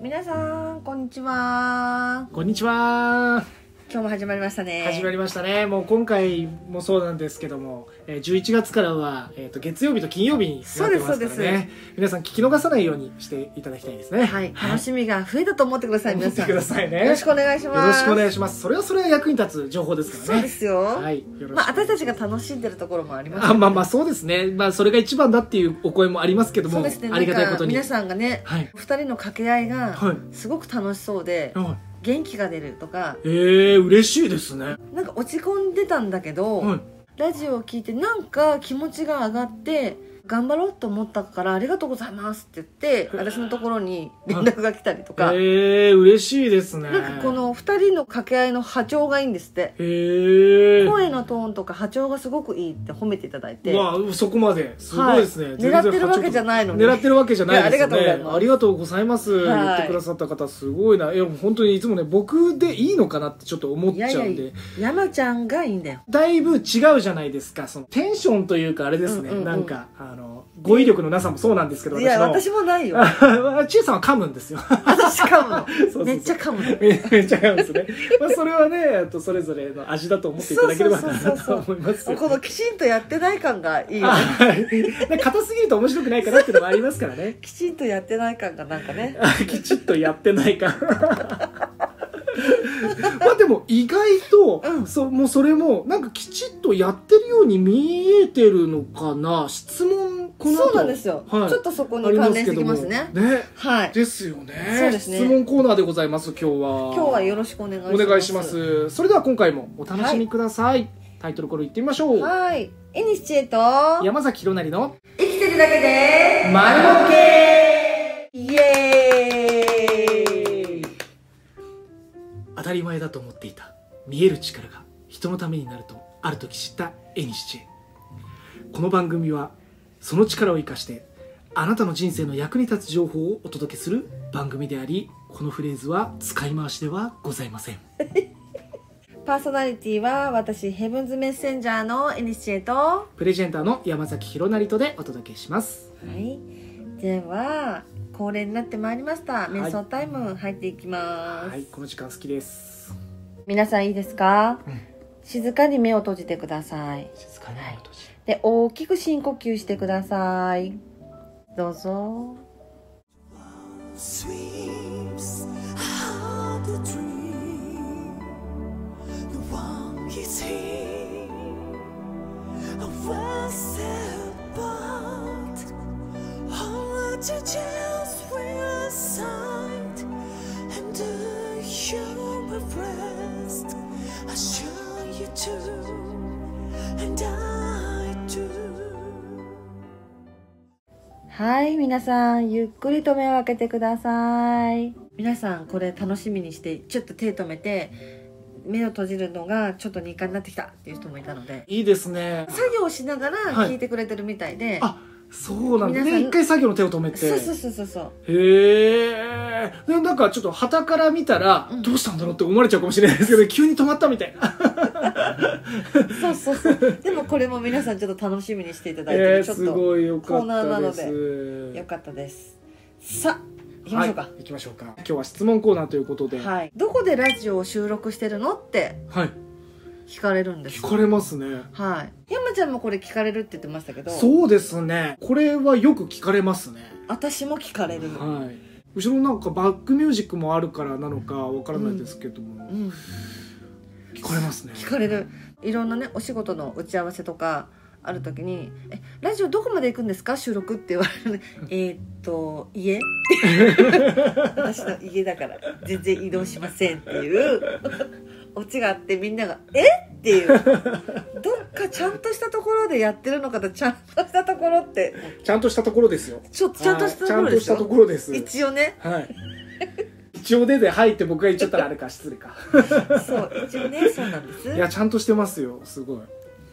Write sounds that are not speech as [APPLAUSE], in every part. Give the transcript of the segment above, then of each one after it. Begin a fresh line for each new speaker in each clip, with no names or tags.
皆さんこんにちは
こんにちは、
今日も始まりましたね
始まりましたねもう今回もそうなんですけどもえー11月からは、えー、と月曜日と金曜日になってますか
そうで
ら
すそうで
ね皆さん聞き逃さないようにしていただきたいですね
はい楽しみが増えたと思ってください皆
見
さ
て
ん
くださいね
よろしくお願いし
よ
ます
ろしくお願
い
いしますそれはそれは役に立つ情報ですか
そ
ら
うで
ね
すよ、
はいよろしく
まあ私たちが楽しんでるところもあります
あまあまあそうですねまあそれが一番だっていうお声もありますけど
そ
も、
うですね
ありがたいことに
なんか皆さんがね
はい
二人の掛け合いが
はい
すごく楽しそうで、
はい
元気が出るとか
えー、嬉しいですね
なんか落ち込んでたんだけど、
はい
ラジオを聞いてなんか気持ちが上がって頑張ろうと思ったからありがとうございますって言って私のところに連絡が来たりとか、
えー、嬉しいですね
なんかこの二人の掛け合いの波長がいいんですって
えー、
声のトーンとか波長がすごくいいって褒めていただいて、
まあそこまですごいですね、
はい
全然
狙ってるわけじゃないのに
狙ってるわけじゃないですよ
いやありがとうござい
ね
ます
ありがとうございます、
はい
言ってくださった方すごいないやもう本当にいつもね僕でいいのかなってちょっと思っ
い
ちゃ
や
うん
い
で
や山ちゃんがいいんだよ
だいぶ違うじゃないですかそのテンションというかあれですね、
うんうんうん
なんかあの語彙力のなさもそうなんですけど
いや
の
私もない
[LAUGHS]
よ
ちえさんは噛むんですよ
私噛むの
そうそう
めっちゃ噛むの
めっちゃ噛むんですね、まあ、それはねえっとそれぞれの味だと思っていただければ
そう
な
そうそう
と
そう
思いますよ
このきちんとやってない感がいいよね
はいなんか硬すぎると面白くないかなっていうのもありますからね
きちんとやってない感がなんかね
あ
[LAUGHS]
きちっとやってないか [LAUGHS] まあでも意外と、
うん
そもうそれもなんかきちっとやってるように見えてるのかな質問この後
そうなんですよ、
はい
ちょっとそこ
あ
に
り
関
け
連して
ど
き
も
ますね
ね
はい
ですよね
そうですね
質問コーナーでございます今日
今
は
日はよ
ろ
ろし
し
くお願いし
お
ます
願いしますそれでは今回もお楽しみください、タイトルコールいってみましょう
はいエニシチエと生
山崎宏成の
きてるだけで
「まるボケ
イエーイ」
当たり前だと思っていた見える力が人のためになるとある時知った絵にしこの番組はその力を生かしてあなたの人生の役に立つ情報をお届けする番組でありこのフレーズは使い回しではございません
パーソナリティは私ヘブンズメッセンジャーのエニシチエとは
プレゼンターの山崎弘成とでお届けします
いでは恒例になってまいりました
い
瞑想タイム入っていきます、
はいこの時間好きです
皆さんいいですか、
うん
静かに目を閉じてください
静かに
はい
落とし
で大きく深呼吸してくださいどうぞ
sweeps out the dream. The one is here. I was set apart. All the details were assigned. And the human rest. I sure you do. And I do.
はい皆さんゆっくりと目を開けてください皆さんこれ楽しみにしてちょっと手止めて目を閉じるのがちょっと日課になってきたっていう人もいたので
いいですね
作業しながら
はい
聞いてくれてるみたいで、
あそうなんだ
皆さ
ね
ん
一回作業の手を止めて
そうそうそうそうそう
へえ。でなんかちょっと旗から見たら、
うん
どうしたんだろうって思われちゃうかもしれないですけ
[LAUGHS]
ど、急に止まったみたいな。
そうそうそうでもこれも皆さんちょっと楽しみにしていただいて、
えー、
ちょっ
す
と
ごいよか
コーナー
った
な
で
の
す
で。よかったですさあ行きましょうか
はい、行きましょうか。今日は質問コーナーということで。はい。
はい、どこでラジオを収録してるのって聞かれるんです
聞かれますね。
はい山ちゃんもこれ聞かれるって言ってましたけど
そうですね。これはよく聞かれますね。
私も聞かれる、
はい。後ろなんかバックミュージックもあるからなのかわからないですけども、
うん、
聞かれますね。
聞かれるいろんなねお仕事の打ち合わせとかある時に「えラジオどこまで行くんですか収録」って言われ
[LAUGHS]
るえーっと家私の家だから全然移動しませんっていうオチがあってみんなが「えっ?」ていうどっかちゃんとしたところでやってるのかとちゃんとしたところって
ちゃんとしたところですよ。
ちょちゃんとしたとこ
は
ろで
いちゃんとし
す
たと
よ
ころです。
一応ね
はい。一応でで入って僕が言っちゃったらあれか失礼か。
そう一応ねそうなんで
いや
す
ちゃんとしてますよすごい。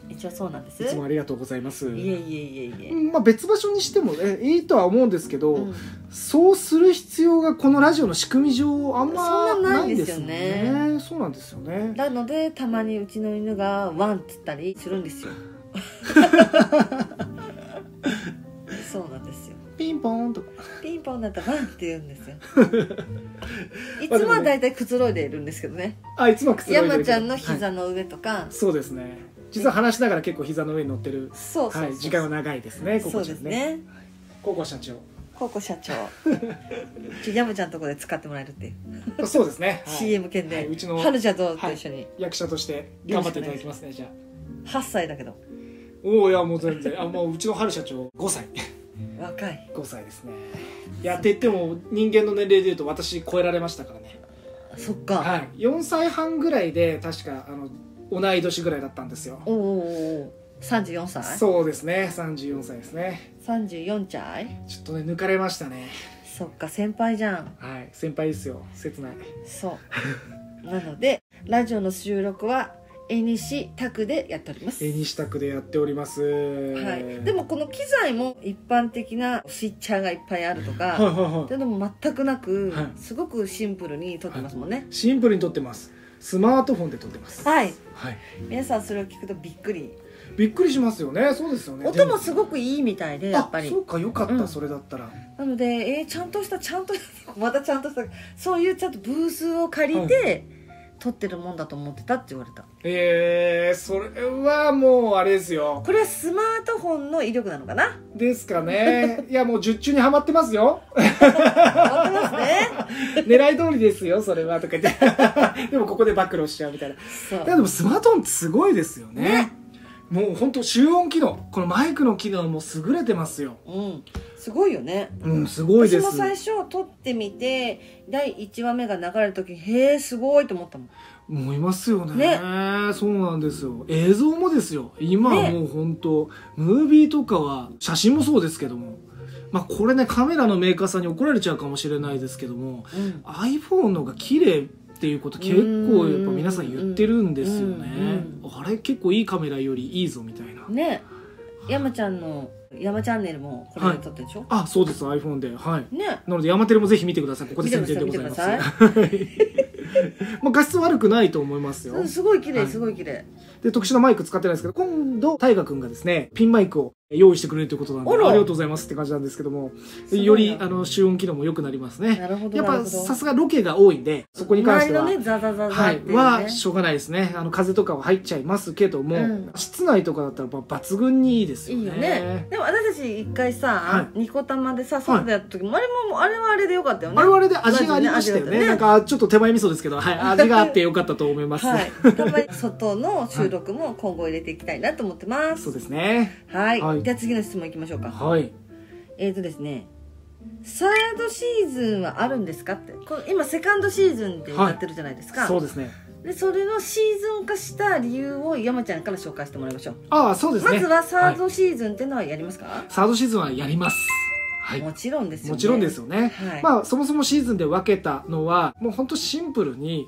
一応そうなんです
い
い
つもありがとうございます。
えいえいえいえ、
まあ別場所にしてもねいいとは思うんですけど、
うん
そうする必要がこのラジオの仕組み上あんま
そんなな
ないい
ん
ん
で
ですす
よ
よ
ね
ね。そうなんですよね。
なのでたまにうちの犬が「ワン」っつ
[LAUGHS]
ったりするんですよそうなんですよ
ピンポーンとか
ピンポンだったらワンって言うん
[LAUGHS]
ですよいつもは大体くつろいでいるんですけどね
あいつもくつろいでる
山
けど
ちゃんの
はい
膝の上とか、
そうですね実は話しながら結構膝の上に乗ってる
そうそうそう、
はい時間は長いですねコ
そ
コ
う
ちゃ
です
んね
ね
コ
[LAUGHS]
コ社長
ココ
[LAUGHS]
社長ちょ山ちゃんのとこで使ってもらえるっていう、
そうですね、はい
CM 券で、
はいうちの
春じゃどうと一緒に、
役者として頑張っていただきますねじゃあ
8歳だけど
おおいやもう全然あもううちの春社長5歳
若い
5歳ですねいやって言っても人間の年齢でいうと私超えられましたからね
そっか、
はい4歳半ぐらいで確かあの同い年ぐらいだったんですよ
おうおうおうおう34歳
そうですね34歳ですね
34歳
ちょっとね抜かれましたね
そっか先輩じゃん
はい先輩ですよ切ない
そう
[LAUGHS]
なのでラジオの収録はえにし宅でやっております
絵に支度でやっておりますは
はい、でもこの機材も一般的なスイッチャーがいっぱいあると
はいは
か
いはい
でも全くなく、
はい
すごくシンプルに撮ってますもんね
シンプルに撮ってますスマートフォンで撮ってます
はい、
はい
皆さんそれを聞くとびっくり
びっくりしますよねそうですよね
音もす
く
ごくいいみたいでやっぱり
そうかよかった、
うん
それだったら
なので、えーちゃんとしたちゃんとした [LAUGHS] またちゃんとしたそういうちゃんとブースを借りて撮ってるもんだと思ってたって言われた
えー、それはもうあれですよ
これはスマートフォンの威力なのかな
ですかねいやもう術中にはまってますよ
わかりますね
狙い通りですよそれはとか言って [LAUGHS] でもここで暴露しちゃうみたいない
そ
や
う
でもスマートフォンってすごいですよね
ね
もう本当集音機能このマイクの機能も優れてますよ
うんすごいよね
うんすごいです
私も最初撮ってみて第1話目が流れる時へえすごいと思ったもん
思いますよねそうなんですよ映像もですよ今は
ね
もう本当、ムービーとかは写真もそうですけどもまあこれねカメラのメーカーさんに怒られちゃうかもしれないですけども iPhone の方が綺麗っていうこと結構やっぱ皆さん言ってるんですよね
うん
あれ結構いいカメラよりいいぞみたいな
うんね山ちゃんの山チャンネルもこれで撮ってるでしょ、
あそうです iPhone ではい
ね
なので山テレもぜひ見てくださいここで宣伝でございます
見てく
[LAUGHS] まあ画質悪くないと思いますよ
うんすごい綺
は
麗
い
すごい綺麗
で、特殊なマイク使ってないんですけど、今度、大河くんがですね、ピンマイクを用意してくれるということなんで、あ
あ
り
ら
がとうございますって感じなんですけども、
すごいな
より、あの、集音機能も良くなりますね。
なるほど
やっ
なる
ぱ、
ほ
さ
ど
すがロケが多いんで、そこに関しては、
周りのねザザザザ
は
って
い、
いうね、
は、しょうがないですね。あの、風とかは入っちゃいますけども、
うん
室内とかだったら、まあ抜群にいいですよ
い
ね。
いよねでも私たち一回さ、
は
ニコ玉でさ外でやった時も、あれももうあれはあれでよかったよね
あれはあれで味がありましたよ
味
ね。
があ
なん
ったよ
か、ちょっと手前味噌ですけど、
[LAUGHS]
はい、味があって良かったと思います。
はい、たまに外の収録も今後入れていきたいなと思ってま
そ
す
うですね。
はい、
はい
じゃあ次の質問いきましょうか
はい。
えーとですねサードシーズンはあるんですかってこの今セカンドシーズンでやってるじゃないですか、
そうですね。
でそれのシーズン化した理由を山ちゃんから紹介してもらいましょう
ああ、そうですね。
まずはサードシーズンっていうのはやりますか、
サードシーズンはやります。はい。
もちろんですよね
もちろんですよね。
はい、
まあ、そもそもシーズンで分けたのは、もうほんとシンプルに、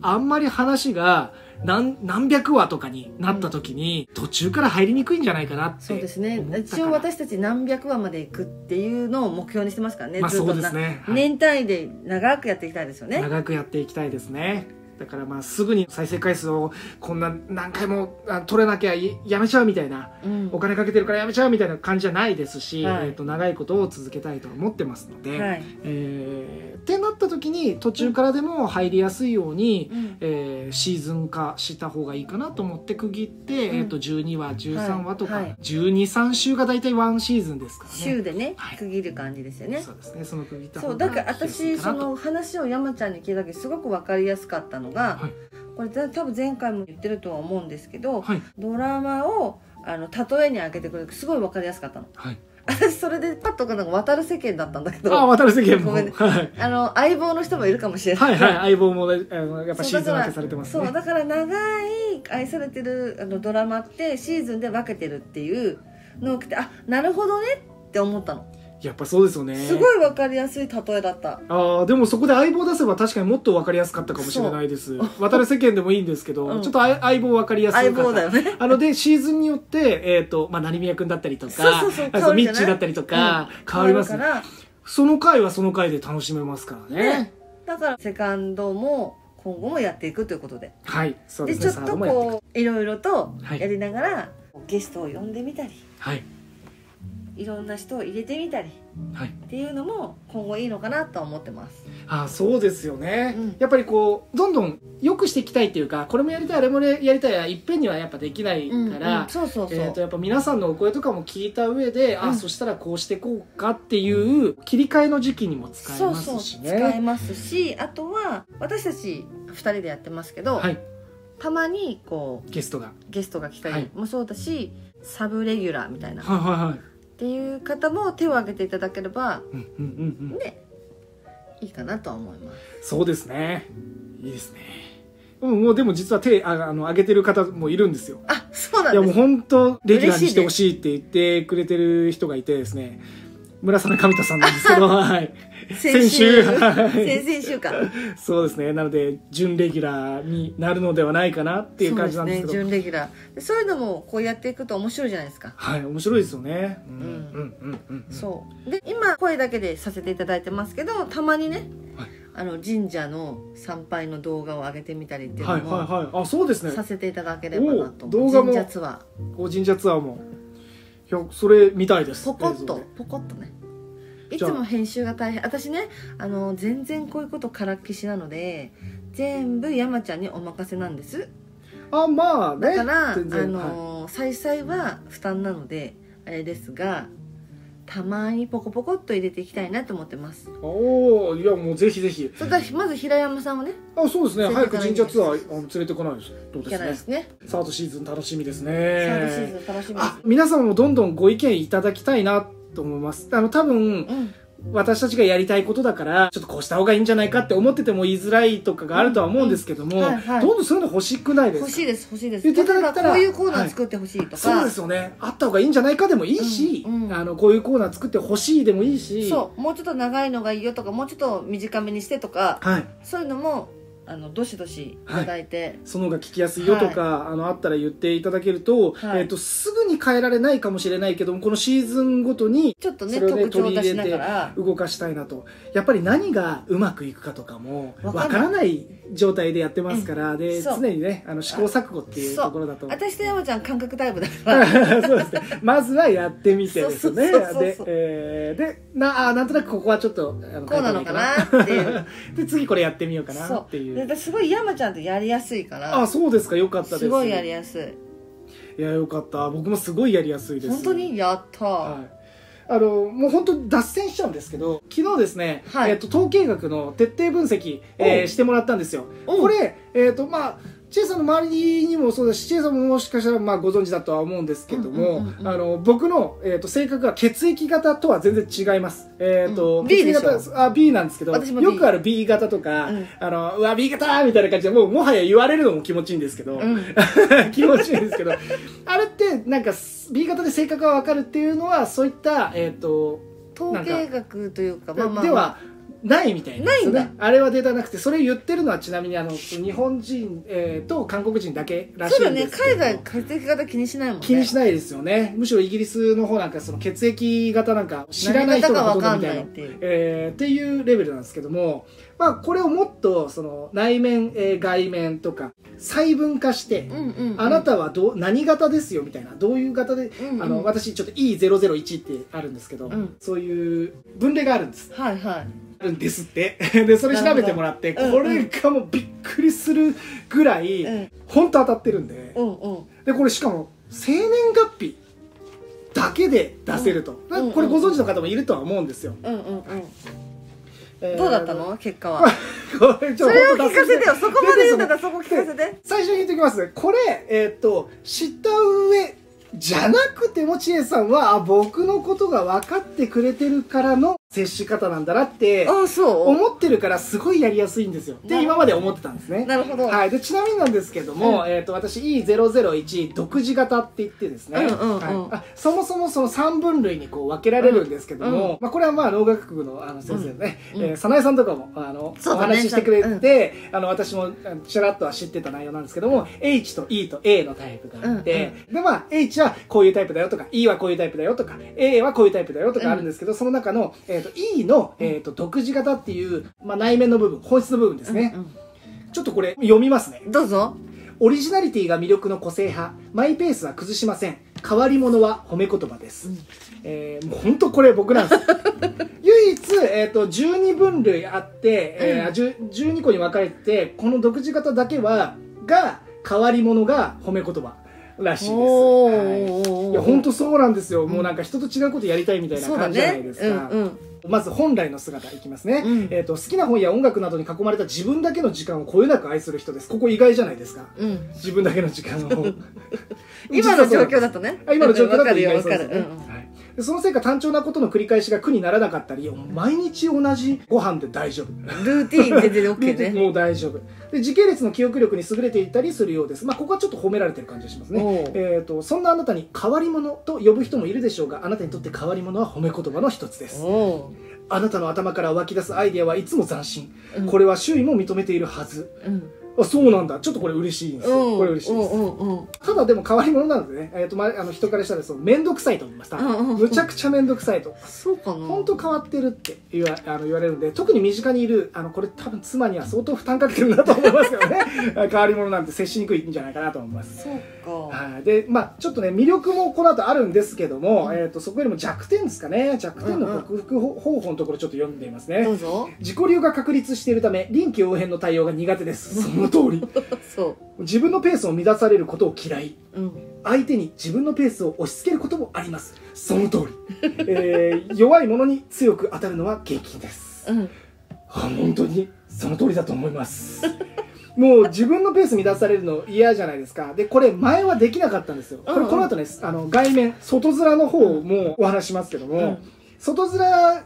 あんまり話が何、何百話とかになった時に、途中から入りにくいんじゃないかなって。
そうですね
思ったか
一
ら
応私たち何百話までいくっていうのを目標にしてますからね、
まあ
ずっ
そ
と
うで
な
すね。はい
年単位で長くやっていきたいですよね
長くやっていきたいですね。だからまあ、すぐに再生回数をこんな何回もあ取れなきゃいやめちゃうみたいな、
うん
お金かけてるからやめちゃうみたいな感じじゃないですし、
はい
えっと、長いことを続けたいと思ってますので、
はい、
えーってなった時に途中からでも入りやすいように、
うん
えーシーズン化した方がいいかなと思って区切って、
うん
えー、と12話13話とか、
はいはい
123週が大体ワンシーズンですからね
週でね
はい
区切る感じですよね
そうですねその区切った
そ
方
う
が
だから
聞き
私
やすいか
そ
なと
の話を山ちゃんに聞いた時すごく分かりやすかったのが、
はい
これ多分前回も言ってるとは思うんですけど、
はい
ドラマをあの例えに挙げてくれるすごい分かりやすかったの
はい
私それでパッとなんか渡る世間だったんだけど
あ
あ
渡る世間
ご
も [LAUGHS]
め
はい
んねの相棒の人もいるかもしれない、
は
[LAUGHS]
いはい相棒もねあのやっぱシ
そ
ー
う
ズ
だ
ン
から
分けされてます
そう
ね
だから長い愛されてるあのドラマってシーズンで分けてるっていうのを来てあなるほどねって思ったの
やっぱそうですよね
すごい分かりやすい例えだった
あーでもそこで相棒出せば確かにもっと分かりやすかったかもしれな
[LAUGHS]
いです渡る世間でもいいんですけど、
うん
ちょっとあい相棒分かりやすい
相棒だよね
あのでシーズンによって、えーとまあ、成宮君だったりとか
そうそうそう
あ
変わる
ミ
じゃない
ッチーだったりとか、変わります
変
ね
わるから
その回はその回で楽しめますからね
ねだからセカンドも今後もやっていくということで
はいそう
で
です
ちょっ
ねサード
と
もやっていく
こういろいろと
はい
やりながら、ゲストを呼んでみたり
はい
いろんな人を入れてみたり
はい、
っていうのも今後いいのかなとは思ってます。
あーそうですよね、
うん
やっぱりこうどんどん良くしていきたいっていうかこれもやりたいあれもやりたいはいっぺんにはやっぱできないから、
うんそうそうそう、
えー、とやっぱ皆さんのお声とかも聞いた上で、
う
あ
ん
そしたらこうしてこうかっていう切り替えの時期にも使え
そう
ま
そう
すし
使
ね。
えますしあとは私たち2人でやってますけど、
はい、
たまにこう
ゲストが、
ゲストが来た
は
り
い
もそうだし、サブレギュラーみたいな、っ
はいはいはい
ていう方も手を挙げていただければ
うんうんうんうん、
いいかなとは思います。
そうですねいいですね、うん、もうでも実は手ああの上げてる方もいるんですよ
あそうない
や
ん
も
で
う
す
本当レギュラーにしてほ
嬉
しいって言ってくれてる人がいてですね村雨上田さんなんですけ
[LAUGHS]
ど、はい、
先週
先週はい
[LAUGHS] 先々週か
そうですねなので準レギュラーになるのではないかなっていう感じなんですけ
そうね
ど
準レギュラーでそういうのもこうやっていくと面白いじゃないですか、
はい面白いですよねうん
ん
うんうんうんうん
そうで今声だけでさせていただいてますけどたまにね、
はい
あの神社の参拝の動画を上げてみたりっていう
はい
の
は
も
いはいあそうですね
させていただければなと
お動画も
神社ツアー
こう神社ツアーもいやそれ見たいです
ポコッ
映像
と
で
ポコッとねい
じ
つ
ゃあ
も編集が大変私ねあの全然こういうことからっきしなので全部山ちゃんにお任せなんです
あまあね
だから、
全
あ
然はい
の再々は負担なのであれですがたまにポコポコっと入れていきたいなと思ってます
おおいやもうぜひぜひ
それだまず平山さんをね
あそうですね
連
早
れて
く
かない
神社ツアーあの連れてこないですどう
い
で
け
す
ないで
ね
すね
サードシーズン楽しみですね
サードシーズン楽しみで
あ皆さんもどんどんご意見いただきたいなと思いますあの多分
すうん
私たちがやりたいことだからちょっとこうした方がいいんじゃないかって思ってても言いづらいとかがあるとは思うんですけども、
うんはいはい
どんどんそういうの欲しくないですか
欲しいです欲しいです
言っていただけたら
例えばこういうコーナー作ってほしいとか、
そうですよねあった方がいいんじゃないかでもいいし、
うんうん
あのこういうコーナー作ってほしいでもいいし
そうもうちょっと長いのがいいよとかもうちょっと短めにしてとか
はい、
そういうのもあのどしどしいただいて、
その方が聞きやすいよとか、あのあったら言っていただけると,、
はい
えっとすぐに変えられないかもしれないけどもこのシーズンごとに
ちょっとね
それをね
特徴を出しながら
動かしたいなとやっぱり何がうまくいくかとかもわ
わかんない
からない状態でやってますから、で
そう
常にねあの試行錯誤っていう
そう
ところだと
私と山ちゃん感覚タイプだから
[LAUGHS] そうですね。まずはやってみてですね。
そうそうそうそう
で、えーで、な、あーなんとなくここはちょっと、あの
こうなのかなっていう。
で、次これやって [LAUGHS] みようかな
そ
っていうう。
ですごい山ちゃんとやりやすいか
あ、
ら
そうですか。よかったです。
すごいやりやす
いや、よかった。僕もすごいやりやすい
い
です。
本当にやった、
はい。あのもう本当脱線しちゃうんですけど昨日ですね、
はい
えっと統計学の徹底分析、えー
おう
してもらったんですよ。
おう
これ、えっとまあ、チェイさんの周りにもそうだしチェイさんももしかしたらまあご存知だとは思うんですけども、
うんうんうんうん
あの僕の、えっと性格が血液型とは全然違います。えっと
うん B
血液型
でし
あ B なんですけど
私も B
よくある B 型とか、
うん
あのうわ B 型みたいな感じでもうもはや言われるのも気持ちいいんですけど。 [LAUGHS]
うん、
気持ちいいんですけどあれってなんか B 型で性格が分かるっていうのはそういった、えー、と
統計学というかまあまあ
ではないみたいなんですよ
ない
ねあれはデータなくてそれ言ってるのはちなみにあの日本人、えーと韓国人だけらし
そうだよ
いん
ね
ですけど
海外血液型気にしないもんね
気にしないですよねむしろイギリスの方なんかその血液型なんか知らない人がほとんどみ
何型かわかんな
たい
い
な
っていう
えーっていうレベルなんですけども、まあ、これをもっとその内面、えー外面とか細分化して、
うんうんうん
あなたはどう何型ですよみたいなどういう型で、
うんうん
あの私ちょっと E001 ってあるんですけど、
うん
そういう分類があるんです
はいはい
あるんですって [LAUGHS] でそれ調べてもらって
なるほど
こ
うんう
れ
ん
がもうびっくりするぐらい、
うん
本当当たってるんで
うんうん
でこれしかも生年月日だけで出せると、
うんうん
これご存知の方もいるとは思うんですよ、
うんうんうん
えー
どうだったの結果は
これちょ
そ
っと
れを聞か
本当脱線し
せ
て
てよそこまで言うんだからそこ聞かせて
最初に言っておきますこれえーっと知った上じゃなくても千恵さんはあ僕のことが分かってくれてるからの接し方なんだなって
ああそ
思ってるからすごいやりやすいんですよ
な
で
る
今まで思ってたんです
う
ね
なるほど、
はい、でちなみになんですけど
う
も、えー、と私 E001 独自型って言ってですね、
うんうんうん
はいあそもそもその3分類にこう分けられるんですけども、
うんうん
まあ、これはまあ農学部のあの先生ね、
うん
えー早苗さんとかもあの、
そ
お
うだね
話ししてくれて、あの私もあのちらっとは知ってた内容なんですけども H と E と A のタイプがあって、でまあ H はこういうタイプだよとか E はこういうタイプだよとか A はこういうタイプだよとかあるんですけど、その中の、えー、と E の、えー、と独自型っていう、まあ、内面の部分本質の部分ですね、
うん
ちょっとこれ読みますね
うんどうぞ
オリジナリティが魅力の個性派マイペースは崩しません変わり者は褒め言葉です、えーもう本当これ
[LAUGHS]
僕なんです唯一、えー、と12分類あって、えー10 12個に分かれててこの独自型だけはが変わり者が褒め言葉らしいです、
お
はい
ー
いや本当そうなんですよ、もうなんか人と違うことやりたいみたいな
そうだ
感じじゃない
ね
です
う
か、
んうん
まず本来の姿いきますね、
うん
えー、と好きな本や音楽などに囲まれた自分だけの時間をこよなく愛する人ですここ意外じゃないですか
うん
自分だけの時間を
[LAUGHS] 今の状況
だ
だとね
[LAUGHS] あ今の状況だと意外
わ
そ
か
うで
る
す
わ
よ
か
ね、
るうん
はい、でそのせいか単調なことの繰り返しが苦にならなかったり毎日同じご飯で大丈夫
ルーティーン全然 OK ね
もう大丈夫で時系列の記憶力に優れていたりするようです、まあ、ここはちょっと褒められてる感じがしますね
おう、
えー、とそんなあなたに変わり者と呼ぶ人もいるでしょうがあなたにとって変わり者は褒め言葉の一つです
お
あなたの頭から湧き出すアイデアはいつも斬新、
うん
これは周囲も認めているはず
ーうん
あそうなんだちょっとこれ嬉しいんですよ、これ嬉しいです、
うんうんうん
ただでも変わり者なのでね、えーとまあ、あの人からしたらそう面倒くさいと思いました、
うんうんうん
むちゃくちゃ面倒くさいと
そうかな
本当変わってるって言わあの言われるんで特に身近にいるあのこれ多分妻には相当負担かけてるなと思いますけ
[LAUGHS]
どね変わり者なんて接しにくいんじゃないかなと思います
そうか
はい、でまあちょっとね魅力もこの後あるんですけども、えー、とそこよりも弱点ですかね弱点の克服方方法のところちょっと読んでいますね、
どうぞ
自己流が確立しているため臨機応変の対応が苦手ですその通り
そ
自分のペースを乱されることを嫌いう
うん
相手に自分のペースを押し付けることもありますその通り、えー弱いものに強く当たるのは厳禁です
うん
あ本当にその通りだと思いますもう自分のペース乱されるの嫌じゃないですかでこれ前はできなかったんですよこ
うん
れ
うん
この後ねあの外面外面の方もお話しますけども、
うん
外面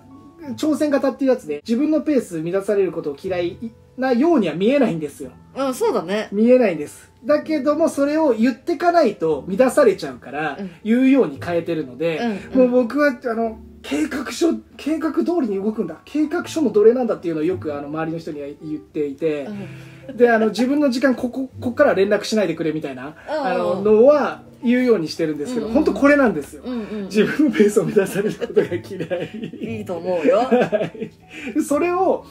挑戦型っていうやつで自分のペース乱されることを嫌いなようには見えないんですよ
うんそうだね
見えないんですだけどもそれを言ってかないと乱されちゃうから
うん
言うように変えてるので、
うんうん
もう僕はあの計画書計画通りに動くんだ計画書の奴隷なんだっていうのをよくあの周りの人には言っていて、であの自分の時間ここここから連絡しないでくれみたいな、
うん
あののは言うようにしてるんですけど、
うんうん
本当これなんですよ、
うんうん
自分のペースを乱されることが嫌
[LAUGHS]
い
いいと思うよ
はい [LAUGHS] それを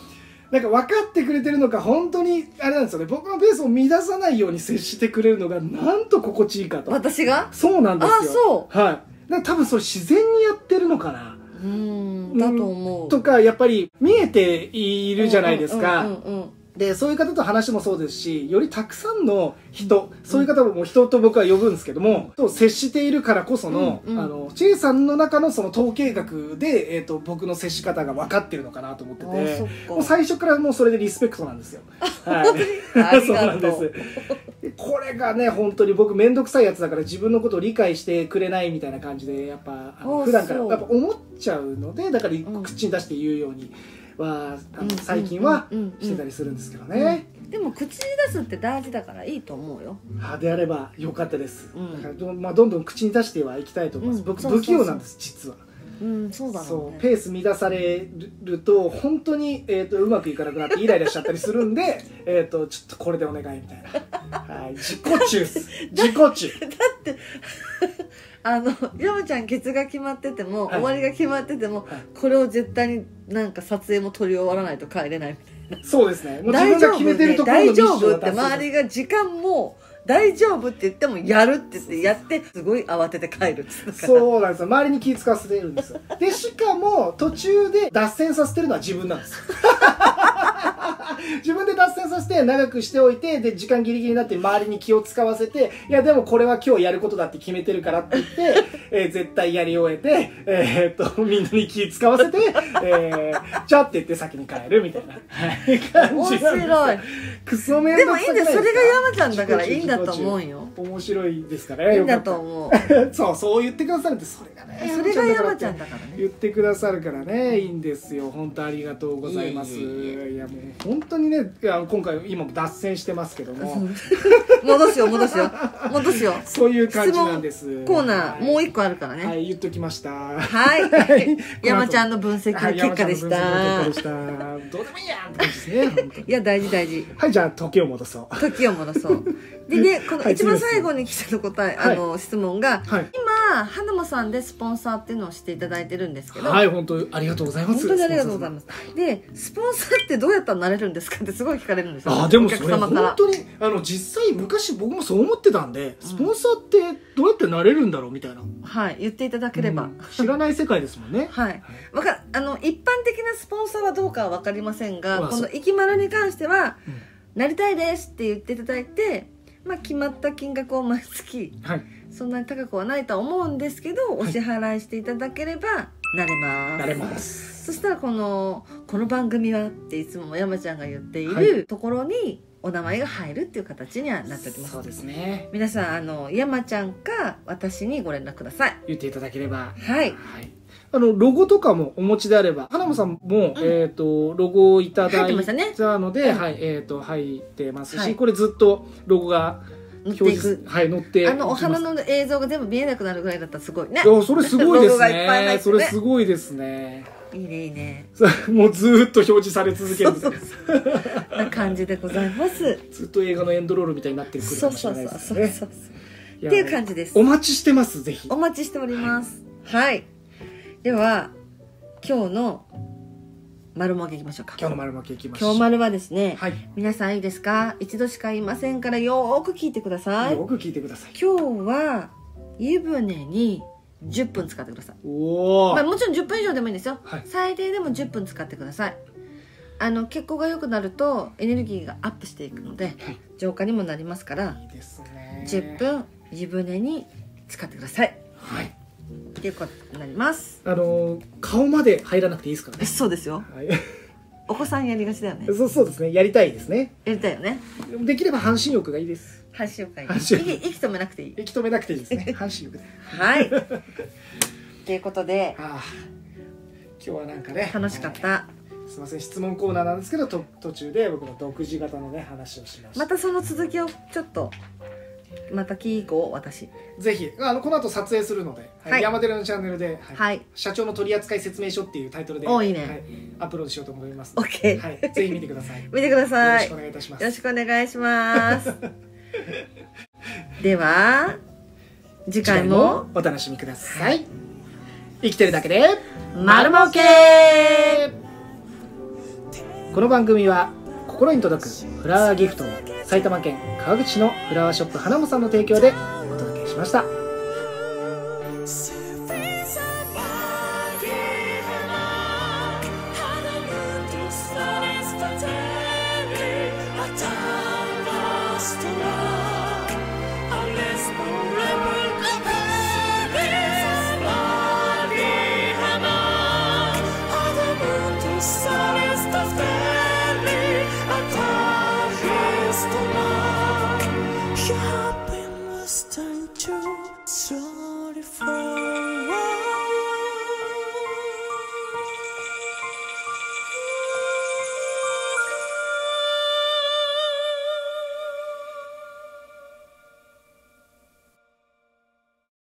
なんか分かってくれてるのか本当にあれなんですよね僕のペースを乱さないように接してくれるのがなんと心地いいかと
私が
そうなんですよ
あ
そうはいだから多分それ自然にやってるのかな
うんだと思う
とかやっぱり見えているじゃないですか、
うんうんうんうん
でそういう方と話もそうですしよりたくさんの人、そういう方ももう人と僕は呼ぶんですけども、と接しているからこその,、
うんうん
あの J さんの中のその統計学で、えー、と僕の接し方が分かってるのかなと思って
あー
て
そっか
もう最初からもうそれでリスペクトなんですよ。
[LAUGHS]
はい、
あり
そうな
が
んで
と
す
う。
でこれがね本当に僕面倒くさいやつだから自分のことを理解してくれないみたいな感じでやっぱあの
あ
普段から
そう
やっぱ思っちゃうのでだから
ん
口に出して言うようには、あ
うん
の最近は
うんうんうん
してたりするんですけどね。
でも口に出すって大事だからいいと思うよ
あであれば良かったです、
うん
だからど,、まあ、どんどん口に出してはいきたいと思います、
うん
僕
そうそう
不器用なんです実は
うんそうだろうね
ペース乱されると本当に、えー、とうまくいかなくなってイライラしちゃったりするんで [LAUGHS] えーとちょっとこれでお願いみたいな、はい、自己中
[LAUGHS]
っす自己中
あの山ちゃんケツが決まってても、
はい
終わりが決まってても、
はい
これを絶対になんか撮影も撮り終わらないと帰れないみたい
そうですねもう
な
自分が決めてるところのミ
大
ッシ
丈
ョン
夫
は
って
達成
周りが時間も大丈夫って言ってもやるって言ってやってすごい慌てて帰るっつったから
[LAUGHS] そうなんですよ周りに気使わせてる
[LAUGHS]
んですよでしかも途中で脱線させてるのは自分なんですよ [LAUGHS] 自分で脱線させて長くしておいてで時間ギリギリになって周りに気を使わせていやでもこれは今日やることだって決めてるからって言って、 [LAUGHS] えー絶対やり終えて、えーっとみんなに気使わせて、 [LAUGHS] えー、じゃあって言って先に帰るみたいなはい感じなん
面
ですよ
白い
[LAUGHS] クソめん
で
ど
も
く
い
さ
いんで
くない
すそれが山ちゃんだから
自己中
いいんだと思うよ
自己中面白いですかね
いい
よ
ん
か
だ
った
と思う
[LAUGHS] そうそう言ってくださるってそれがね
それが山ちゃん
だ
だからね
言ってくださるからねいいんですよ本当ありがとうございますい
いえい
やもう本当にねいや今回今も脱線してますけども
戻すよ戻すよ戻すよ
そういう感じなんです
コーナーもう
一
一個あるからね
はい言っときました
[LAUGHS]
は
はい、
い
山ちゃんの分析
い
結果でし
山
た
ちゃんの分析の結果でしたどうでもいいやんって感じですね本当に
いや大事大事
はいじゃゃあ時を戻そう
時を戻
[LAUGHS]
そう。でね、この
はい
一番
次です
最後に来たの答え、
はい
あの質問が、
はい
今、花間さんでスポンサーっていうのをしていただいてるんですけど、
はい本当ありがとうございま
本
す
当にありがとうございます。で、スポンサーってどうやったらなれるんですか [LAUGHS] ってすごい聞かれるんですよ。
あーでも
お客
それ
様から
本。当にあの実際昔僕もそう思ってたんでスポンサーってどうやってなれるんだろうみたいな、
はい、言っていただければ。
うん知らない世界ですもんね
はい。わか、あの、一般的なスポンサーはどうかはわかりません
ま
が、
あ
こ
そ
の
う
生き丸に関しては、
うん
なりたいですって言っていただいて、まあ、決まった金額を毎月、
はい
そんなに高くはないとは思うんですけど、
い
お支払いしていただければ、なれます。
なれます
そしたらこの「この番組は」っていつも山ちゃんが言っている、
はい
ところにお名前が入るっていう形にはなっております
そうですね
皆さんあの山ちゃんか私にご連絡ください
言っていただければ
はい
はいあのロゴとかもお持ちであれば花間さんも、えっ、とロゴをいただ
入って
い
ましたね
たので、
うん
はいえっ、と入ってますし、
はい
これずっとロゴが
乗っ
表
てい
示
く
はい載って
あのお花
い
の映像が全部見えなくなるぐらいだったらすごいね
きますいやそれすごいで
ロゴ
す
がいっぱい入って
ね
て
それすごいですね
いいねいいね
それ [LAUGHS] もうずーっと表示され続け
そ
る
う
みた
そ
いうな
そうな感じでございます
ずっと映画のエンドロールみたいになってくる
そ
か
う
もし
そ
れ
う
な
そ
いうで
そ
す
う
ね
そう
いや
っていう感じです
お待ちしてますぜひ
お待ちしておりますはい、では今日の丸もげいきましょうか
今日の丸巻きいきましょ
今
う
日丸はですね、
はい
皆さんいいですか一度しか言いませんからよーく聞いてください
よく聞いてください
今日は湯船に10分使ってください、
おお、
まあ、もちろん10分以上でもいいんですよ、
はい
最低でも10分使ってくださいあの血行が良くなるとエネルギーがアップしていくので
はい
浄化にもなりますから
いいですね
10分湯船に使ってください
はい
っていうことになります
あのー顔まで入らなくていいですからね
そうですよ [LAUGHS]
はい
お子さんやりがちだよね
そうそうですねやりたいですね
やりたいよね
できれば半身浴がいいです
半周回
半
息
周
息止めなくていい
息止めなくていいです
[LAUGHS]
ね半身浴で
はいということで
ああ今日はなんかね
楽しかっ
は
た
いすいません質問コーナーなんですけどと途中で僕の独自型のね話をしました
またその続きをちょっとまた聞こう私
ぜひあのこの後撮影するので、はい
はい
山寺のチャンネルで、はい
はい
社長の取扱説明書っていうタイトルで、
おいいね
はいアップロードしようと思います、
OK、
はい、ぜひ見てくださいよ
[LAUGHS] 見てくだ
ろ
さい
しくお
よ
願いいたします
ろしくお願いしますでは次
次
回も
お楽しみください生きてるだけで
丸儲け
この番組は心に届くフラワーギフトの埼玉県川口市のフラワーショップ花もさんの提供でお届けしました
er er